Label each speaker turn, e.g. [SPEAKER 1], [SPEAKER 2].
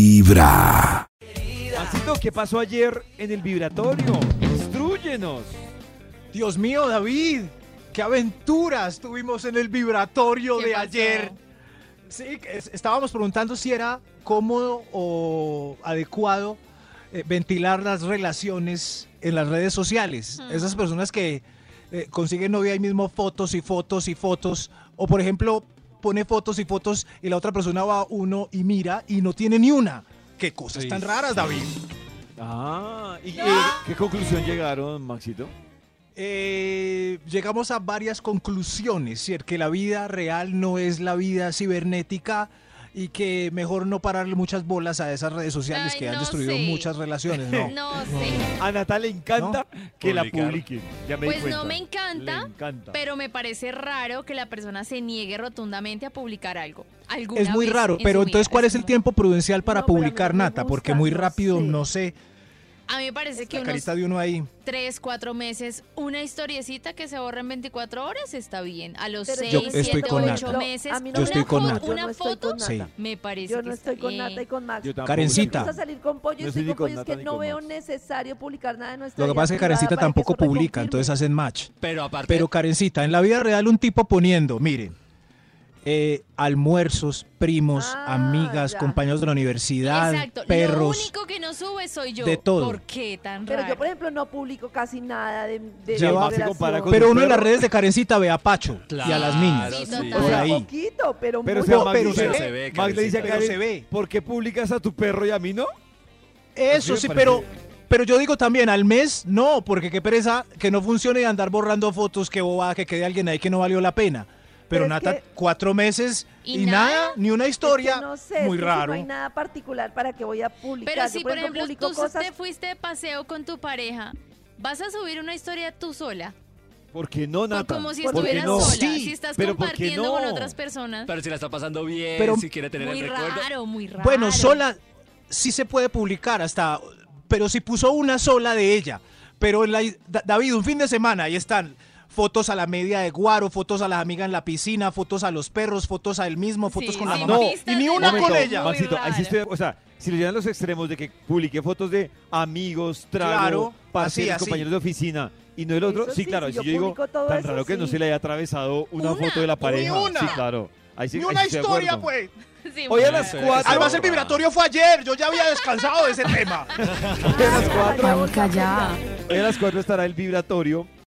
[SPEAKER 1] Vibra.
[SPEAKER 2] Maxito, ¿qué pasó ayer en el vibratorio? ¡Instruyenos!
[SPEAKER 3] Dios mío, David, qué aventuras tuvimos en el vibratorio
[SPEAKER 4] ¿Qué
[SPEAKER 3] de
[SPEAKER 4] pasó?
[SPEAKER 3] ayer. Sí, que es- estábamos preguntando si era cómodo o adecuado eh, ventilar las relaciones en las redes sociales. Esas personas que eh, consiguen novia ahí mismo fotos y fotos y fotos, o por ejemplo pone fotos y fotos y la otra persona va a uno y mira y no tiene ni una. Qué cosas
[SPEAKER 2] Sí,
[SPEAKER 3] tan raras,
[SPEAKER 2] sí.
[SPEAKER 3] David.
[SPEAKER 2] Ah, ¿y eh, qué conclusión llegaron, Maxito?
[SPEAKER 3] Eh, llegamos a varias conclusiones, ¿cierto? que la vida real no es la vida cibernética y que mejor no pararle muchas bolas a esas redes sociales
[SPEAKER 4] Ay,
[SPEAKER 3] que han
[SPEAKER 4] no
[SPEAKER 3] destruido
[SPEAKER 4] sé.
[SPEAKER 3] muchas relaciones, ¿no?
[SPEAKER 4] No sé,
[SPEAKER 2] A Natal le encanta que la
[SPEAKER 5] Publicar.
[SPEAKER 2] publiquen. Ya me di
[SPEAKER 4] Pues no
[SPEAKER 2] cuenta.
[SPEAKER 4] me encanta,
[SPEAKER 2] Le encanta.
[SPEAKER 4] pero me parece raro que la persona se niegue rotundamente a publicar algo. alguna
[SPEAKER 3] Es muy
[SPEAKER 4] vez
[SPEAKER 3] raro,
[SPEAKER 4] en
[SPEAKER 3] pero
[SPEAKER 4] su
[SPEAKER 3] entonces
[SPEAKER 4] vida.
[SPEAKER 3] ¿cuál es el tiempo prudencial para
[SPEAKER 6] No, pero a mí
[SPEAKER 3] publicar
[SPEAKER 6] no me
[SPEAKER 3] nata? Porque
[SPEAKER 6] gusta,
[SPEAKER 3] muy
[SPEAKER 6] no
[SPEAKER 3] rápido,
[SPEAKER 6] sé.
[SPEAKER 3] no sé,
[SPEAKER 4] A mí me parece que
[SPEAKER 3] la
[SPEAKER 4] unos
[SPEAKER 3] carita de uno ahí.
[SPEAKER 4] tres, cuatro meses, una historiecita que se borra en 24 horas está bien. A los
[SPEAKER 6] Pero
[SPEAKER 4] seis,
[SPEAKER 3] Yo
[SPEAKER 4] siete,
[SPEAKER 3] estoy con
[SPEAKER 4] ocho
[SPEAKER 3] Nata.
[SPEAKER 4] meses,
[SPEAKER 6] A mí
[SPEAKER 3] Yo
[SPEAKER 6] me
[SPEAKER 4] una
[SPEAKER 3] estoy con
[SPEAKER 4] foto-
[SPEAKER 6] gusta,
[SPEAKER 3] Nata.
[SPEAKER 6] yo
[SPEAKER 4] Una
[SPEAKER 6] no estoy
[SPEAKER 4] foto
[SPEAKER 6] con Nata.
[SPEAKER 3] Sí.
[SPEAKER 4] me parece
[SPEAKER 6] Yo
[SPEAKER 4] que
[SPEAKER 6] no
[SPEAKER 4] está
[SPEAKER 6] estoy con
[SPEAKER 4] bien.
[SPEAKER 6] Nata y con Max.
[SPEAKER 2] Yo tampoco,
[SPEAKER 3] Karencita.
[SPEAKER 2] Maxito.
[SPEAKER 6] Vamos a salir con pollo,
[SPEAKER 2] No
[SPEAKER 6] estoy
[SPEAKER 2] estoy ni
[SPEAKER 6] con
[SPEAKER 2] con
[SPEAKER 6] pollo, es
[SPEAKER 2] Nata
[SPEAKER 6] que
[SPEAKER 2] ni
[SPEAKER 6] no
[SPEAKER 2] con
[SPEAKER 6] veo
[SPEAKER 2] Max.
[SPEAKER 6] necesario publicar nada de nuestra
[SPEAKER 3] Lo que
[SPEAKER 6] vida
[SPEAKER 3] pasa es que
[SPEAKER 6] privada
[SPEAKER 3] Karencita
[SPEAKER 6] para que
[SPEAKER 3] tampoco
[SPEAKER 6] eso reconfirme.
[SPEAKER 3] publica, entonces hacen match.
[SPEAKER 7] Pero aparte,
[SPEAKER 3] Pero Karencita, en la vida real un tipo poniendo, miren, eh, almuerzos, primos,
[SPEAKER 6] Ah,
[SPEAKER 3] amigas,
[SPEAKER 6] ya.
[SPEAKER 3] compañeros de la universidad,
[SPEAKER 4] Exacto.
[SPEAKER 3] perros.
[SPEAKER 4] Lo único que no sube soy yo.
[SPEAKER 3] de todo.
[SPEAKER 4] ¿Por qué tan
[SPEAKER 6] Pero
[SPEAKER 4] raro?
[SPEAKER 6] yo, por ejemplo, no publico casi nada de, de
[SPEAKER 3] Lleva- se
[SPEAKER 6] mi relación.
[SPEAKER 2] compara con-
[SPEAKER 3] Pero uno en las redes de Karencita ve a Pacho y a las
[SPEAKER 4] Sí,
[SPEAKER 3] niñas.
[SPEAKER 4] sí.
[SPEAKER 6] O
[SPEAKER 3] por
[SPEAKER 6] sea,
[SPEAKER 3] ahí.
[SPEAKER 6] poquito, pero,
[SPEAKER 2] Pero,
[SPEAKER 6] muy
[SPEAKER 2] o sea,
[SPEAKER 3] No,
[SPEAKER 2] Max
[SPEAKER 3] pero
[SPEAKER 2] dice-
[SPEAKER 3] se
[SPEAKER 7] ve,
[SPEAKER 2] Max le dice a
[SPEAKER 3] Karencita.
[SPEAKER 2] Karen,
[SPEAKER 3] Pero se ve.
[SPEAKER 2] ¿por qué publicas a tu perro y a mí no?
[SPEAKER 3] Eso sí,
[SPEAKER 2] Sí, me
[SPEAKER 3] pero,
[SPEAKER 2] parece.
[SPEAKER 3] pero yo digo también, al mes no, porque qué pereza que no funcione y andar borrando fotos, que bobada, que quede alguien ahí que no valió la pena.
[SPEAKER 6] Pero
[SPEAKER 3] Pero
[SPEAKER 6] es
[SPEAKER 3] Nata,
[SPEAKER 6] que-
[SPEAKER 3] cuatro meses
[SPEAKER 4] ¿Y
[SPEAKER 3] y, nada?
[SPEAKER 4] nada?
[SPEAKER 3] ni una historia.
[SPEAKER 6] Es que no sé, es
[SPEAKER 3] muy
[SPEAKER 6] que si
[SPEAKER 3] raro.
[SPEAKER 6] no hay nada particular para que voy a publicar.
[SPEAKER 4] Pero
[SPEAKER 6] Yo,
[SPEAKER 4] si, por ejemplo,
[SPEAKER 6] publico
[SPEAKER 4] tú
[SPEAKER 6] cosas
[SPEAKER 4] te fuiste de paseo con tu pareja, vas a subir una historia tú sola.
[SPEAKER 2] ¿Por qué no, Nata?
[SPEAKER 4] como si
[SPEAKER 2] ¿Por qué
[SPEAKER 4] estuvieras
[SPEAKER 2] no?
[SPEAKER 4] sola.
[SPEAKER 2] Sí,
[SPEAKER 4] si estás
[SPEAKER 2] pero ¿por qué
[SPEAKER 4] compartiendo
[SPEAKER 2] no?
[SPEAKER 4] con otras personas.
[SPEAKER 7] pero si la está pasando bien,
[SPEAKER 3] Pero-
[SPEAKER 7] si quiere tener
[SPEAKER 4] Muy
[SPEAKER 7] el recuerdo.
[SPEAKER 4] raro, muy raro.
[SPEAKER 3] Bueno, sola sí se puede publicar hasta, pero si puso una sola de ella. Pero en la, Da- David, un fin de semana, ahí están fotos a la media de Guaro, fotos a las amigas en la piscina, fotos a los perros, fotos a él mismo, fotos
[SPEAKER 4] Sí,
[SPEAKER 3] con
[SPEAKER 4] sí,
[SPEAKER 3] la mamá.
[SPEAKER 4] pistas
[SPEAKER 3] Ah, Y ni
[SPEAKER 4] de
[SPEAKER 3] una
[SPEAKER 4] todo.
[SPEAKER 3] con
[SPEAKER 2] Momento,
[SPEAKER 3] ella.
[SPEAKER 4] Muy
[SPEAKER 2] Maxito, ahí sí
[SPEAKER 4] raro.
[SPEAKER 2] estoy, o sea, si le llegan los extremos de que publique fotos de amigos,
[SPEAKER 3] Claro,
[SPEAKER 2] trago, parceros,
[SPEAKER 3] así, así.
[SPEAKER 2] compañeros de oficina y no el otro,
[SPEAKER 6] Eso
[SPEAKER 2] sí,
[SPEAKER 6] sí,
[SPEAKER 2] claro,
[SPEAKER 6] si
[SPEAKER 2] si
[SPEAKER 6] yo
[SPEAKER 2] yo, digo,
[SPEAKER 6] publico todo
[SPEAKER 2] tan
[SPEAKER 6] eso,
[SPEAKER 2] raro que no
[SPEAKER 6] sí.
[SPEAKER 2] se le haya atravesado una,
[SPEAKER 4] Una,
[SPEAKER 2] foto de la pareja.
[SPEAKER 3] una.
[SPEAKER 2] Sí, claro. Ahí sí-
[SPEAKER 3] Ni
[SPEAKER 2] ahí
[SPEAKER 3] una
[SPEAKER 2] sí estoy de
[SPEAKER 3] historia,
[SPEAKER 2] acuerdo.
[SPEAKER 3] pues.
[SPEAKER 4] Sí,
[SPEAKER 2] Hoy a
[SPEAKER 4] muy
[SPEAKER 2] las
[SPEAKER 4] raro.
[SPEAKER 2] cuatro.
[SPEAKER 3] Además, el vibratorio fue ayer. Yo ya había descansado de ese tema.
[SPEAKER 2] Hoy a las
[SPEAKER 6] Ah,
[SPEAKER 2] cuatro.
[SPEAKER 6] ya.
[SPEAKER 3] pues.
[SPEAKER 2] Hoy a las 4 estará el vibratorio